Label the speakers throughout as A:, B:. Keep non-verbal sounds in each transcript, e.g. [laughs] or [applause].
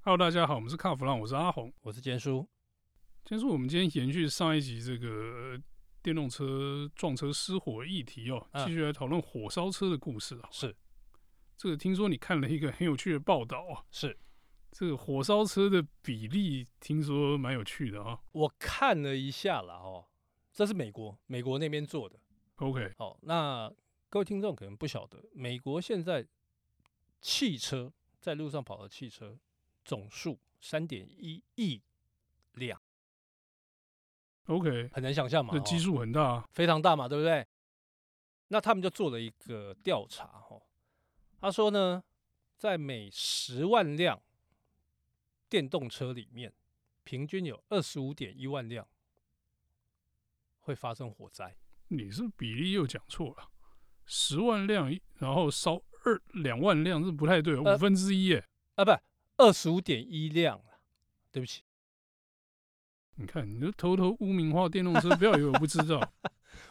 A: Hello，大家好，我们是卡弗朗，我是阿红。
B: 我是坚叔。
A: 先说我们今天延续上一集这个、呃电动车撞车失火议题哦，
B: 嗯
A: 继续来讨论火烧车的故事啊。
B: 是
A: 这个听说你看了一个很有趣的报道啊，
B: 是，
A: 这个火烧车的比例听说蛮有趣的啊。
B: 我看了一下了哦，这是美国美国那边做的。
A: OK，
B: 好，那各位听众可能不晓得，美国现在汽车在路上跑的汽车总数三点一亿辆，
A: OK，
B: 很难想象嘛，
A: 这基
B: 哦
A: 数很大，啊
B: 非常大嘛，对不对？那他们就做了一个调查哦，他说呢，在每十万辆电动车里面，平均有二十五点一万辆会发生火灾。
A: 你是比例又讲错了，十万辆，然后烧二两万辆，这不太对哦，
B: 呃
A: 五分之一耶。
B: 啊，不，二十五点一辆啊，对不起，
A: 你看，你就偷偷污名化电动车，不要以为我不知道，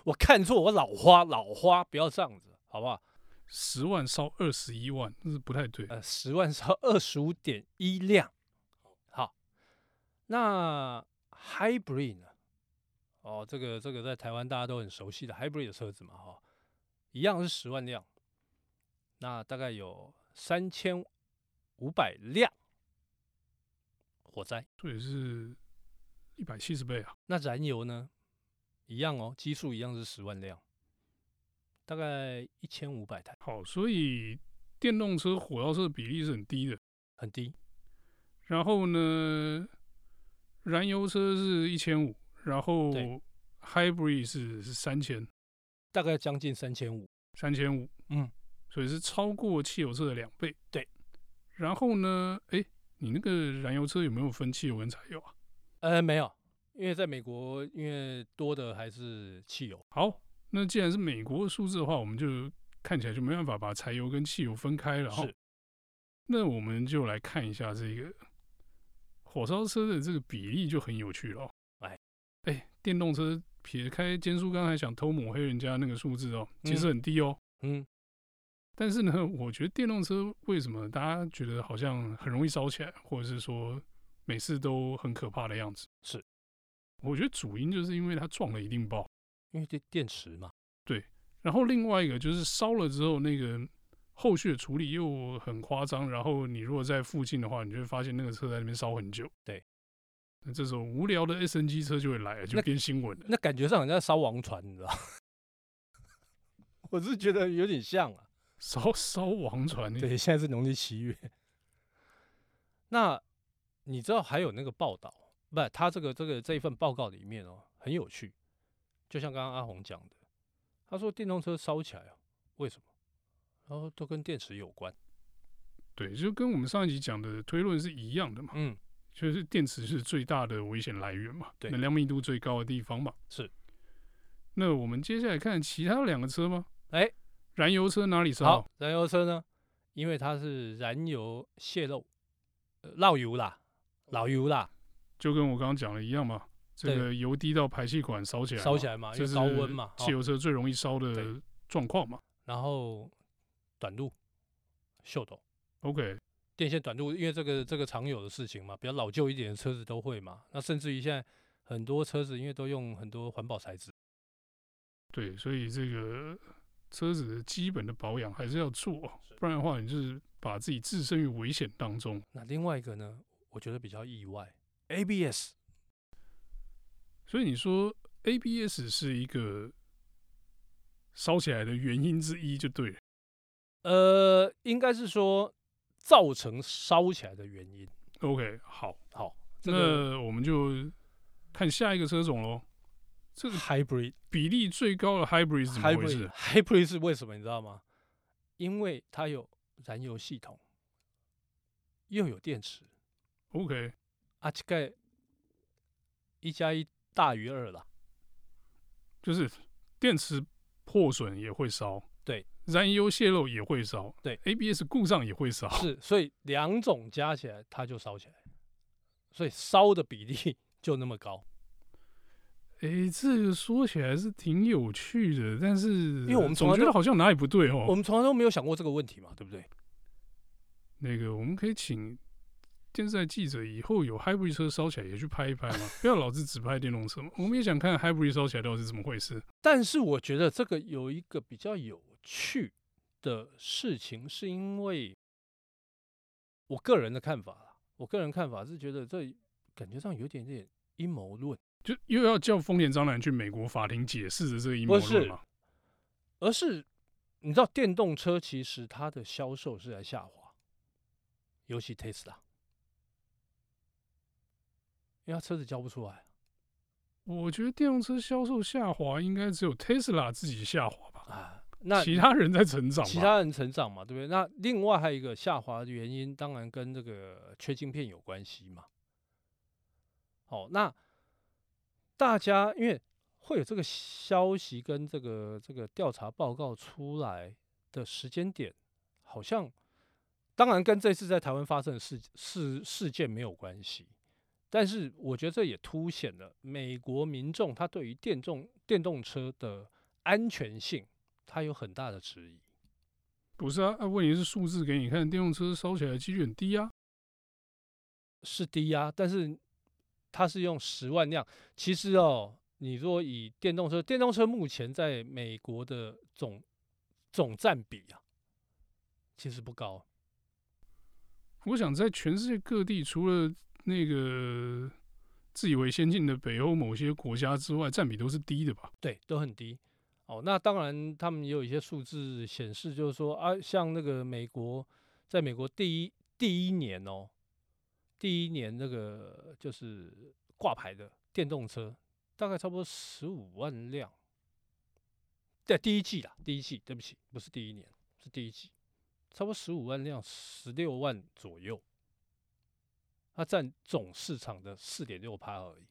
B: 我看错，我老花老花，不要这样子，好不好？
A: 十万烧二十一万，这是不太对。
B: 呃，十万烧二十五点一辆，好，那 Hybrid 呢？哦，这个这个在台湾大家都很熟悉的 Hybrid 的车子嘛，哈、一样是十万辆，那大概有三千五百辆火灾。
A: 所以是一百七十倍啊。
B: 那燃油呢？一样哦，基数一样是十万辆，大概一千五百台，
A: 好，所以电动车火药车的比例是很低的。
B: 很低。
A: 然后呢，燃油车是一千五，然后
B: 对
A: hybrid 是是三千
B: 大概将近三千五。
A: 三千五，
B: 嗯，
A: 所以是超过汽油车的两倍。
B: 对。
A: 然后呢，哎，你那个燃油车有没有分汽油跟柴油啊？
B: 呃，没有，因为在美国，因为多的还是汽油。
A: 好，那既然是美国的数字的话，我们就看起来就没办法把柴油跟汽油分开了哈。
B: 是
A: 那我们就来看一下这个火烧车的这个比例就很有趣了、哦。
B: 哎，
A: 哎，电动车撇开坚叔刚才想偷抹黑人家那个数字哦，其实
B: 嗯
A: 很低哦。
B: 嗯，
A: 但是呢，我觉得电动车为什么大家觉得好像很容易烧起来，或者是说每次都很可怕的样子？
B: 是，
A: 我觉得主因就是因为它撞了一定爆，
B: 因为电电池嘛，
A: 然后另外一个就是烧了之后那个。后续的处理又很夸张，然后你如果在附近的话，你就会发现那个车在那边烧很久。
B: 对，
A: 那这时候无聊的 SNG 车就会来了，就
B: 那
A: 变新闻了。
B: 那感觉上好像在烧王船，你知道？ [laughs] 我是觉得有点像啊。
A: 烧烧王船，
B: 对，现在是农历七月。 [laughs] 那你知道还有那个报道，不，他这个这个这一份报告里面哦，很有趣，就像刚刚阿红讲的，他说电动车烧起来哦，为什么？然后都跟电池有关。
A: 对，就跟我们上一集讲的推论是一样的嘛，
B: 嗯，
A: 就是电池是最大的危险来源嘛，
B: 对
A: 能量密度最高的地方嘛。
B: 是。
A: 那我们接下来看其他两个车吗？
B: 哎，
A: 燃油车哪里烧
B: 好？，燃油车呢，因为它是燃油泄漏，呃漏油啦，老油啦，
A: 就跟我刚刚讲的一样嘛，这
B: 对
A: 个油滴到排气管烧起来嘛，
B: 烧起来啊嘛，因
A: 这
B: 为
A: 啊是
B: 高温嘛，
A: 汽
B: 哦、
A: 油车最容易烧的
B: 对
A: 状况嘛。
B: 然后短路、秀斗、
A: OK，
B: 电线短路，因为这个这个常有的事情嘛，比较老旧一点的车子都会嘛。那甚至于现在很多车子，因为都用很多环保材质，
A: 对，所以这个车子的基本的保养还是要做哦，不然的话，你就是把自己置身于危险当中。
B: 那另外一个呢，我觉得比较意外，ABS
A: 所以你说 ABS 是一个烧起来的原因之一，就对了。
B: 呃，应该是说造成烧起来的原因。
A: OK，好，
B: 好，这个
A: 那我们就看下一个车种喽。这个
B: hybrid
A: 比例最高的 Hybrid 是怎么回
B: Hybrid
A: 事？
B: Hybrid 是为什么你知道吗？因为它有燃油系统，又有电池
A: OK，
B: 啊，这个一加一大于二啦。
A: 就是电池破损也会烧，
B: 对，
A: 燃油泄漏也会烧，
B: 对
A: ，ABS 故障也会
B: [laughs]
A: 烧。
B: 是，所以两种加起来它就烧起来，所以烧的比例 [laughs] 就那么高。
A: 诶，这个说起来是挺有趣的，但是因
B: 为我们
A: 总
B: 从来
A: 觉得
B: 都
A: 好像哪里不对
B: 我
A: 哦。
B: 们从来都没有想过这个问题嘛，对不对？
A: 那个我们可以请电视台记者以后有 hybrid 车烧起来也去拍一拍嘛，不要老是只拍电动车嘛。我们也想看 hybrid 烧起来到底是怎么回事。
B: 但是我觉得这个有一个比较有趣的事情，是因为我个人的看法啦，我个人看法是觉得这感觉上有点点阴谋论，
A: 就又要叫丰田章男去美国法庭解释的这个阴谋
B: 不是
A: 论嘛？
B: 而是你知道电动车其实它的销售是在下滑，尤其 Tesla，因为它车子交不出来。
A: 我觉得电动车销售下滑，应该只有 Tesla 自己下滑吧，
B: 啊，那
A: 其他人在成长吧。
B: 其他人成长嘛，对不对？那另外还有一个下滑的原因，当然跟这个缺晶片有关系嘛。好，那大家因为会有这个消息跟这个这个调查报告出来的时间点，好像当然跟这次在台湾发生的事事事件没有关系，但是我觉得这也凸显了美国民众他对于电动电动车的安全性，他有很大的质疑。
A: 不是啊，啊问题是数字给你看，电动车烧起来的几率很低啊。
B: 是低啊，但是它是用十万辆。其实哦，你若以电动车，电动车目前在美国的总总占比啊，其实不高。
A: 我想在全世界各地，除了那个自以为先进的北欧某些国家之外，占比都是低的吧？
B: 对，都很低。哦，那当然，他们也有一些数字显示，就是说啊，像那个美国，在美国第一第一年哦，第一年那个就是挂牌的电动车，大概差不多十五万辆。对，第一季啦，第一季，对不起，不是第一年，是第一季，差不多十五万辆，十六万左右，它占总市场的四点六趴而已，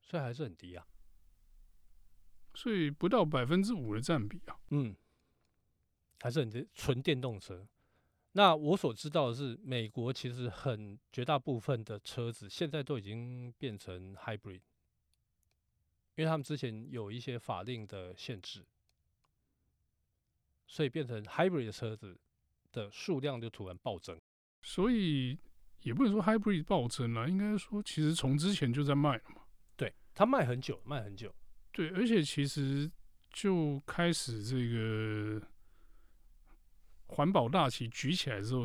B: 所以还是很低啊。
A: 所以不到百分之五的占比啊。
B: 嗯，还是很电纯电动车。那我所知道的是，美国其实很绝大部分的车子现在都已经变成 hybrid，因为他们之前有一些法令的限制，所以变成 hybrid 的车子的数量就突然暴增。
A: 所以也不能说 hybrid 暴增了，应该说其实从之前就在卖了嘛。
B: 对，它卖很久，卖很久。
A: 对，而且其实就开始这个环保大旗举起来之后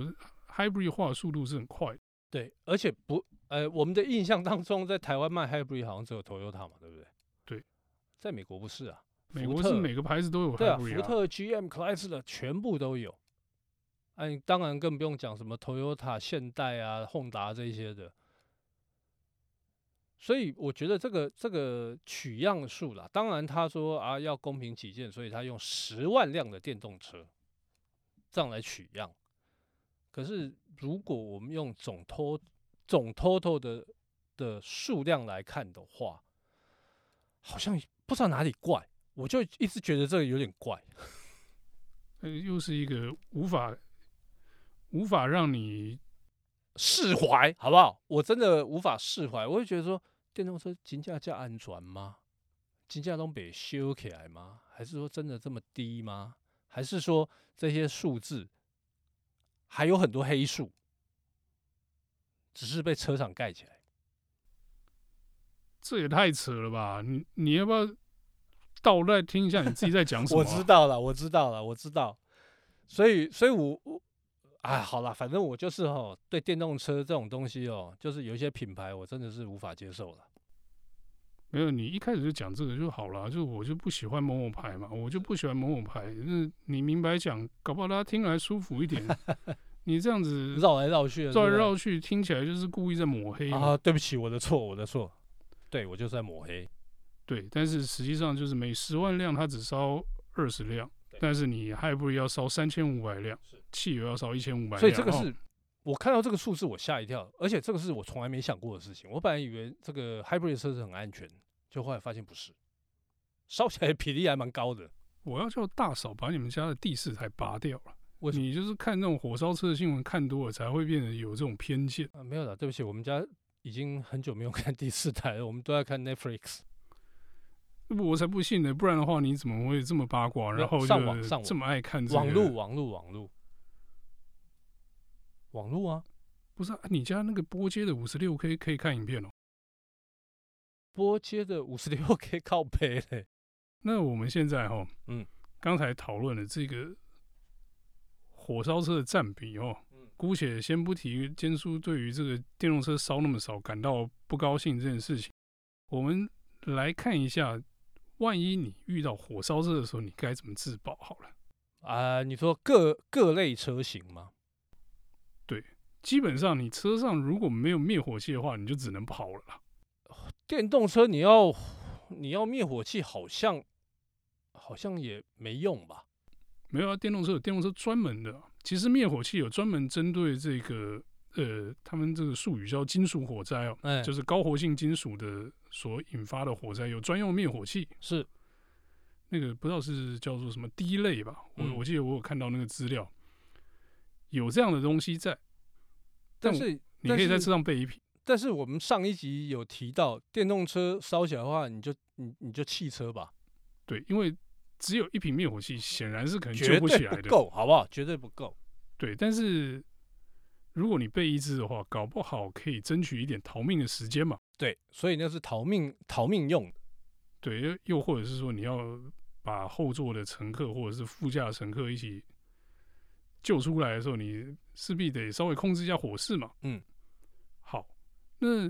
A: ，hybrid 化的速度是很快的。
B: 对，而且不，呃，我们的印象当中，在台湾卖 hybrid 好像只有 Toyota 嘛，对不对？
A: 对，
B: 在美国不是啊，
A: 美
B: 福
A: 国是
B: 特
A: 每个牌子都有
B: 对啊，福
A: hybrid 啊。
B: 特、GM、Chrysler 全部都有。哎，当然更不用讲什么 Toyota、现代啊、宏达这一些的。所以我觉得这个这个取样数啦，当然他说啊要公平起见，所以他用十万辆的电动车这样来取样。可是如果我们用总 to 总 total 的的数量来看的话，好像不知道哪里怪，我就一直觉得这个有点怪。
A: 呃，又是一个无法无法让你
B: 释怀，好不好？我真的无法释怀，我就觉得说，电动车金价价安全吗？金价东北修起来吗？还是说真的这么低吗？还是说这些数字还有很多黑数，只是被车厂盖起来？
A: 这也太扯了吧！你你要不要倒带听一下你自己在讲什么啊、
B: [laughs] 我知道了，我知道了，我知道。所以，所以我我，哎，好了，反正我就是哦，对电动车这种东西哦，就是有一些品牌我真的是无法接受了。
A: 没有，你一开始就讲这个就好了，啊就我就不喜欢某某牌嘛，我就不喜欢某某牌。那你明白讲，搞不好大家听来舒服一
B: [laughs]
A: 点。你这样子
B: 绕来绕去的，
A: 绕来
B: 对不对
A: 绕去，听起来就是故意在抹黑嘛。
B: 啊，对不起，我的错，我的错，对我就是在抹黑。
A: 对，但是实际上就是每十万辆它只烧二十辆，但是你 hybrid 要烧三千五百辆，汽油要烧一千五百辆，
B: 所以这个
A: 哦
B: 是、我看到这个数字，我吓一跳，而且这个是我从来没想过的事情。我本来以为这个 hybrid 车是很安全，就后来发现不是，烧起来比例还蛮高的。
A: 我要叫大嫂把你们家的第四台拔掉了。
B: 为什
A: 你就是看那种火烧车的新闻看多了，才会变得有这种偏见。
B: 啊，没有了，对不起，我们家已经很久没有看 [laughs] 第四台了，我们都在看 Netflix。
A: 我才不信呢，不然的话你怎么会这么八卦，
B: 没
A: 然
B: 有
A: 后
B: 上网
A: 就
B: 上网
A: 这么爱看、这个、
B: 网络，网络，网络，网络啊！
A: 不是、啊，你家那个波接的五十六 K 可以看影片哦。
B: 波接的五十六 K 靠背嘞，
A: 那我们现在哈，
B: 嗯，
A: 刚才讨论了这个火烧车的占比哦，
B: 嗯
A: 姑且先不提坚叔对于这个电动车烧那么少感到不高兴这件事情，我们来看一下，万一你遇到火烧车的时候，你该怎么自保好了。
B: 啊、你说各各类车型吗？
A: 基本上，你车上如果没有灭火器的话，你就只能跑了啦。
B: 电动车你要你要灭火器，好像好像也没用吧？
A: 没有啊，电动车有电动车专门的啊，其实灭火器有专门针对这个呃，他们这个术语叫金属火灾哦，
B: 哎，
A: 就是是高活性金属的所引发的火灾，有专用灭火器。
B: 是
A: 那个不知道是叫做什么滴泪吧，我、
B: 嗯
A: 我记得我有看到那个资料，有这样的东西在，
B: 但
A: 但我
B: 是
A: 你
B: 但
A: 可以在
B: 是
A: 车上备一瓶。
B: 但是我们上一集有提到，电动车烧起来的话，你就你你就汽车吧，
A: 对，因为只有一瓶灭火器，显然是可能
B: 绝
A: 救不起
B: 对
A: 来的。
B: 够，好不好？绝对不够。
A: 对，但是如果你备一支的话，搞不好可以争取一点逃命的时间嘛。
B: 对，所以那是逃命逃命用的。
A: 对，又又或者是说你要把后座的乘客或者是副驾的乘客一起救出来的时候，你势必得稍微控制一下火势嘛。
B: 嗯，
A: 好，那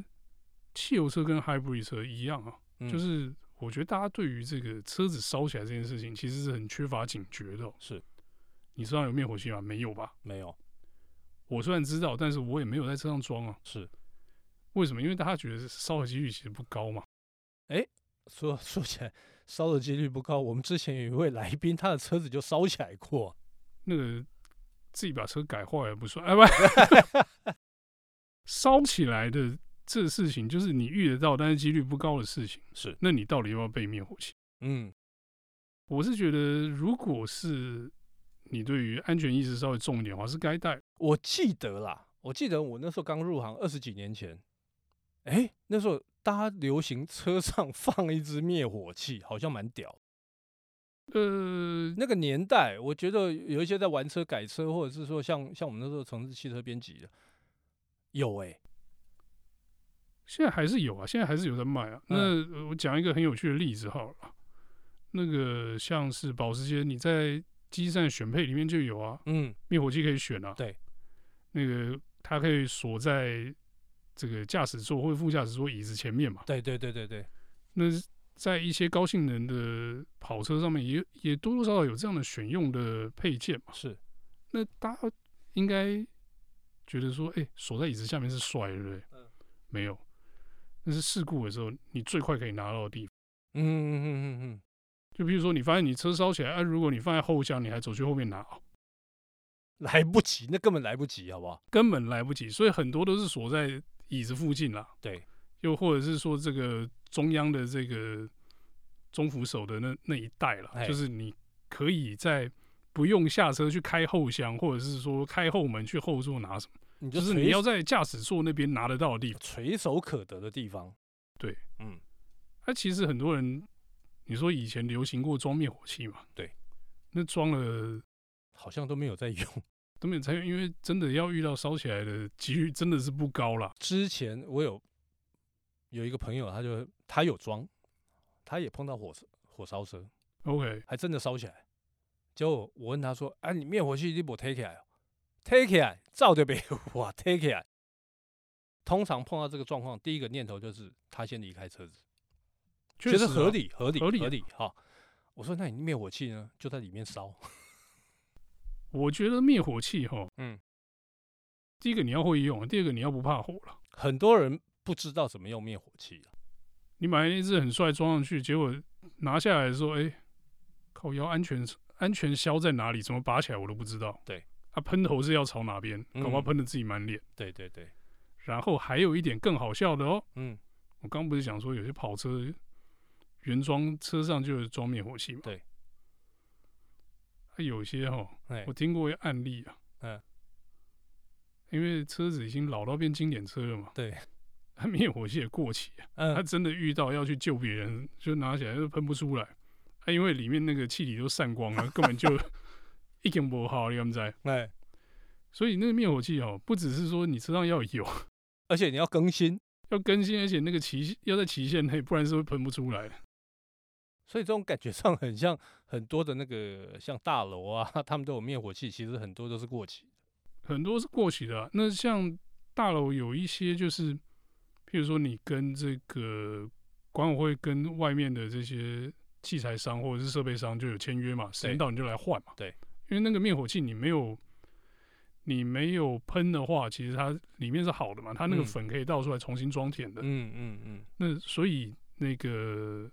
A: 汽油车跟 hybrid 车一样啊，
B: 嗯
A: 就是我觉得大家对于这个车子烧起来这件事情，其实是很缺乏警觉的哦、
B: 是
A: 你身上有灭火器吗？没有吧？
B: 没有
A: 我虽然知道，但是我也没有在车上装啊。
B: 是
A: 为什么？因为大家觉得烧的几率其实不高嘛。
B: 说说起来烧的几率不高。我们之前有一位来宾，他的车子就烧起来过。
A: 那个自己把车改坏了不算，哎不， [laughs] 烧起来的这事情就是你遇得到，但是几率不高的事情。
B: 是，
A: 那你到底要不要被灭火器？
B: 嗯，
A: 我是觉得，如果是你对于安全意识稍微重一点的话，是该带。
B: 我记得啦，我记得我那时候刚入行二十几年前，哎、那时候大家流行车上 [laughs] 放一支灭火器，好像蛮屌。
A: 呃，
B: 那个年代，我觉得有一些在玩车、改车，或者是说像像我们那时候从事汽车编辑的，有哎、
A: 现在还是有啊，现在还是有在卖啊。那、
B: 嗯
A: 呃我讲一个很有趣的例子好了啊，那个像是保时捷，你在基站选配里面就有啊，
B: 嗯，
A: 灭火器可以选啊。
B: 对，
A: 那个它可以锁在这个驾驶座或者副驾驶座椅子前面嘛。
B: 对对对对对，
A: 那在一些高性能的跑车上面也，也多多少少有这样的选用的配件嘛。
B: 是
A: 那大家应该觉得说，哎、锁在椅子下面是帅，对不对？
B: 嗯
A: 没有，那是事故的时候你最快可以拿到的地方。
B: 嗯嗯嗯嗯嗯，
A: 就比如说，你发现你车烧起来，啊，如果你放在后箱，你还走去后面拿，
B: 来不及，那根本来不及，好不好？
A: 根本来不及。所以很多都是锁在椅子附近啦。
B: 对，
A: 又或者是说这个中央的这个中扶手的那那一带
B: 哎
A: 了，就是你可以在不用下车去开后箱，或者是说开后门去后座拿什么，
B: 你
A: 就是
B: 垂
A: 你要在驾驶座那边拿得到的地方。
B: 垂手可得的地方。
A: 对，
B: 嗯，
A: 那、其实很多人，你说以前流行过装灭火器嘛？
B: 对，
A: 那装了
B: 好像都没有在用。
A: 都没有才用，因为真的要遇到烧起来的几率真的是不高啦。
B: 之前我有有一个朋友，他就他有装，他也碰到火车火烧车，
A: OK，
B: 还真的烧起来。结果我问他说：“啊，你灭火器你不 take 起来哦？take 起来，照着别哇 take 啊起来。”通常碰到这个状况，第一个念头就是他先离开车子，
A: 确
B: 觉
A: 实
B: 得
A: 啊
B: 合。理，合理，合
A: 合理啊
B: 理哈。我说：“那你灭火器呢？就在里面烧。
A: 我觉得灭火器哈，
B: 嗯，
A: 第一个你要会用，第二个你要不怕火了。
B: [laughs] 很多人不知道怎么用灭火器啊
A: 你买了一只很帅装上去，结果拿下来的时候，哎、靠腰安全安全销在哪里？怎么拔起来我都不知道。
B: 对，
A: 啊，喷头是要朝哪边？
B: 嗯
A: 搞不好喷的自己满脸。
B: 对对对，
A: 然后还有一点更好笑的哦，
B: 嗯，
A: 我刚不是讲说有些跑车原装车上就有装灭火器嘛？
B: 对。
A: 啊，有些哦，
B: 哎
A: 我，听过一个案例啊，
B: 嗯，
A: 因为车子已经老到变经典车了嘛， [laughs]
B: 对，
A: 它灭火器也过期啊。 [laughs] 他
B: 嗯，
A: 真的遇到要去救别人，就拿起来就喷不出来，他因为里面那个气体都散光了，根本就一根不好，你敢不知道？
B: 哎，
A: 所以那个灭火器哦，不只是说你车上要有， [laughs]
B: 而且你要更新，
A: 要更新，而且那个期要在期限内，不然是会喷不出来的。
B: 所以这种感觉上很像很多的那个像大楼啊， [laughs] 他们都有灭火器，其实很多都是过期。
A: 很多是过期的啊、那像大楼有一些就是，譬如说你跟这个管委会跟外面的这些器材商或者是设备商就有签约嘛，时间到你就来换嘛。
B: 对，
A: 因为那个灭火器你没有你没有喷的话，其实它里面是好的嘛，它那个
B: 嗯
A: 粉可以倒出来重新装填的。
B: 嗯嗯嗯，
A: 那所以那个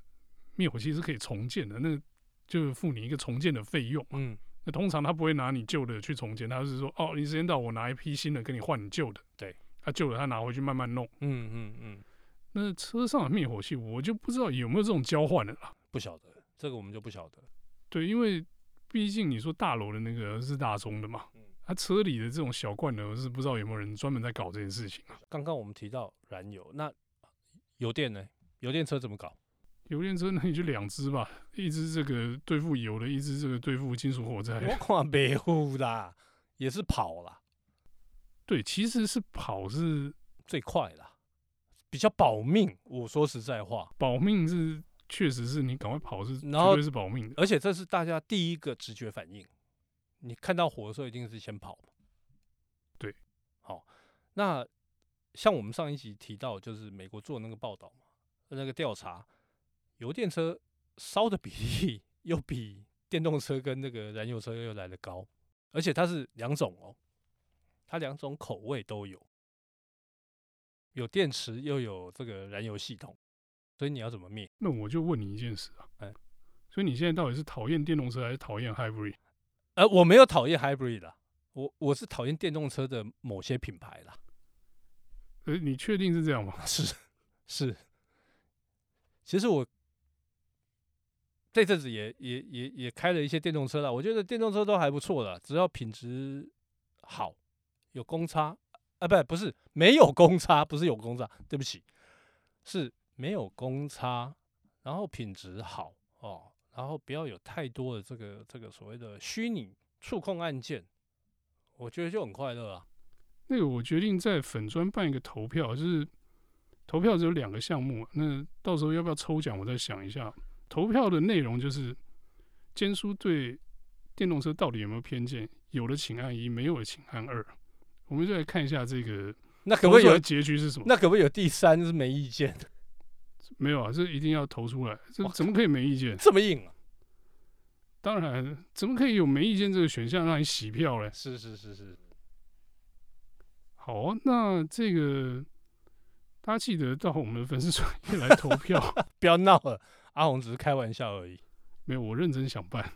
A: 灭火器是可以重建的，那就付你一个重建的费用。
B: 嗯，
A: 那通常他不会拿你旧的去重建，他是说哦，你时间到，我拿一批新的跟你换你旧的。
B: 对，
A: 他、旧的他拿回去慢慢弄。
B: 嗯嗯嗯，
A: 那车上的灭火器，我就不知道有没有这种交换的啦。
B: 不晓得这个我们就不晓得。
A: 对，因为毕竟你说大楼的那个是大宗的嘛
B: 嗯，
A: 他、车里的这种小罐的，我是不知道有没有人专门在搞这件事情啊。
B: 刚刚我们提到燃油，那油电呢？油电车怎么搞？
A: 油电车那也就两只吧，一只这个对付油的，一只这个对付金属火灾。
B: 我看没有啦，也是跑啦，
A: 对，其实是跑是
B: 最快啦，比较保命。我说实在话，
A: 保命是，确实是你赶快跑是绝
B: 然后
A: 对是保命的。
B: 嗯而且这是大家第一个直觉反应。你看到火的时候，一定是先跑嘛。
A: 对，
B: 好，那像我们上一集提到，就是美国做那个报道嘛，那个调查，油电车烧的比例又比电动车跟那个燃油车又来得高，而且它是两种哦，它两种口味都有，有电池又有这个燃油系统，所以你要怎么灭？
A: 那我就问你一件事啊，
B: 哎
A: 所以你现在到底是讨厌电动车还是讨厌 hybrid？
B: 呃，我没有讨厌 hybrid 啦，我我是讨厌电动车的某些品牌啦。
A: 呃，你确定是这样吗？
B: [laughs] 是是，其实我这阵子也也也也开了一些电动车啦，我觉得电动车都还不错啦，只要品质好，有公差啊，不不是没有公差，不是有公差，对不起，是没有公差，然后品质好哦，然后不要有太多的这个这个所谓的虚拟触控按键，我觉得就很快乐啊。
A: 那个我决定在粉砖办一个投票，就是投票只有两个项目啊，那到时候要不要抽奖，我再想一下。投票的内容就是，坚叔对电动车到底有没有偏见？有的请按一，没有的请按二。我们就来看一下这个
B: 那可
A: 投
B: 不可以
A: 出来
B: 有
A: 的？结局是什么？
B: 那可不可以有第三是没意见？
A: 没有啊，这一定要投出来，这
B: 哇
A: 怎么可以没意见？
B: [laughs] 这么硬啊？
A: 当然，怎么可以有没意见这个选项让你洗票嘞？
B: 是是是是，
A: 好啊、那这个大家记得到我们的粉丝专页来投票。
B: 不要闹了，阿红只是开玩笑而已。
A: 没有，我认真想办。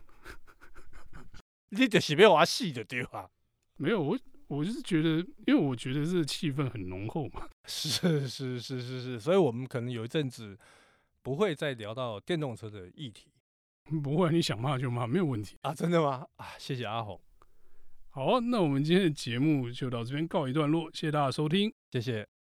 B: 你就是要我戏的对吧？
A: 没有，我我就是觉得，因为我觉得这个气氛很浓厚嘛。 [laughs]
B: 是是是是是，所以我们可能有一阵子不会再聊到电动车的议题
A: 不会，啊你想骂就骂，没有问题。
B: 啊，真的吗？啊，谢谢阿红，
A: 好，那我们今天的节目就到这边告一段落，谢谢大家收听。
B: 谢谢。